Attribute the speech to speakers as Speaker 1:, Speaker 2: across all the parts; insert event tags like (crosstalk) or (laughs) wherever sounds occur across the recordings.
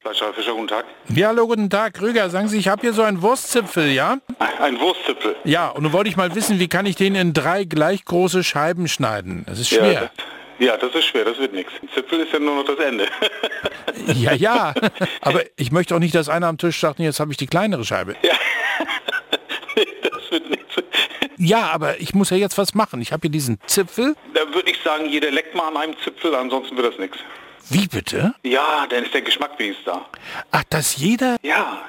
Speaker 1: Fleischerei Fischer, guten Tag.
Speaker 2: Ja, hallo, guten Tag, Krüger. Sagen Sie, ich habe hier so einen Wurstzipfel, ja?
Speaker 1: Ein Wurstzipfel.
Speaker 2: Ja, und nun wollte ich mal wissen, wie kann ich den in drei gleich große Scheiben schneiden? Das ist schwer.
Speaker 1: Ja, das ist schwer, das wird nichts. Ein Zipfel ist ja nur noch das
Speaker 2: (laughs)
Speaker 1: Ende.
Speaker 2: Ja, ja. (laughs) Aber ich möchte auch nicht, dass einer am Tisch sagt, nee, jetzt habe ich die kleinere Scheibe.
Speaker 1: Nee, das wird nichts.
Speaker 2: Ja, aber ich muss ja jetzt was machen. Ich habe hier diesen Zipfel.
Speaker 1: Da würde ich sagen, jeder leckt mal an einem Zipfel, ansonsten wird das nichts.
Speaker 2: Wie bitte?
Speaker 1: Ja, dann ist der Geschmack wenigstens da.
Speaker 2: Ach, dass jeder...
Speaker 1: Ja.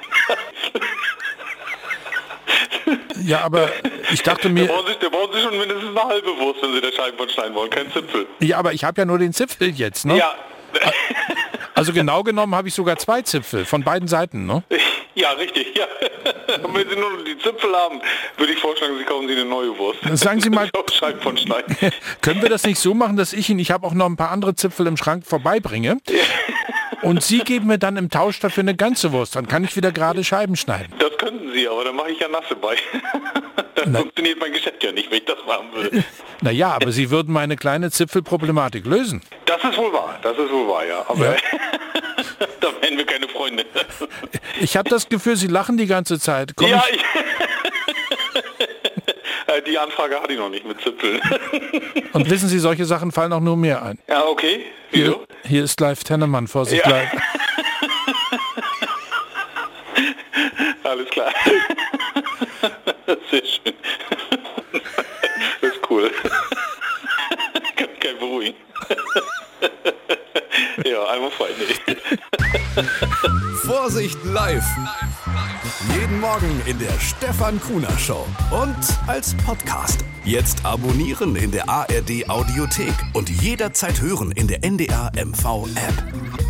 Speaker 2: Ja, aber ich dachte
Speaker 1: Da
Speaker 2: mir...
Speaker 1: brauchen, Sie, da brauchen Sie schon mindestens eine halbe Wurst, wenn Sie da Scheiben von schneiden wollen. Kein Zipfel.
Speaker 2: Ja, aber ich habe ja nur den Zipfel jetzt, ne?
Speaker 1: Ja. (laughs)
Speaker 2: Also genau genommen habe ich sogar zwei Zipfel von beiden Seiten, ne?
Speaker 1: Ja, richtig, ja. Und wenn Sie nur noch die Zipfel haben, würde ich vorschlagen, Sie kaufen Sie eine neue Wurst.
Speaker 2: Sagen Sie mal-
Speaker 1: Ich auch Scheiben von schneiden.
Speaker 2: Können wir das nicht so machen, dass ich ihn, ich habe auch noch ein paar andere Zipfel im Schrank vorbeibringe. Und Sie geben mir dann im Tausch dafür eine ganze Wurst. Dann kann ich wieder gerade Scheiben schneiden.
Speaker 1: Das könnten Sie, aber dann mache ich ja nasse bei. (laughs) Dann funktioniert mein Geschäft ja nicht, wenn ich das machen würde.
Speaker 2: Naja, aber Sie würden meine kleine Zipfelproblematik lösen.
Speaker 1: Das ist wohl wahr, das ist wohl wahr, ja. Aber (laughs) da wären wir keine Freunde.
Speaker 2: Ich habe das Gefühl, Sie lachen die ganze Zeit. Komm,
Speaker 1: ja,
Speaker 2: ich,
Speaker 1: ich... (laughs) Äh, Die Anfrage hatte ich noch nicht mit Zipfeln. (laughs)
Speaker 2: und wissen Sie, solche Sachen fallen auch nur mir ein.
Speaker 1: Ja, okay.
Speaker 2: Hier,
Speaker 1: Wieso?
Speaker 2: hier ist Live Tennemann, Vorsicht,
Speaker 1: Ja.
Speaker 2: live.
Speaker 1: Alles klar. (laughs) Sehr schön. (laughs) Das ist cool. (laughs) Kann mich gleich beruhigen. (laughs) Ja, einmal frei. Nee.
Speaker 3: Vorsicht live. Jeden Morgen in der Stefan Kuhner Show und als Podcast. Jetzt abonnieren in der ARD Audiothek und jederzeit hören in der NDR MV App.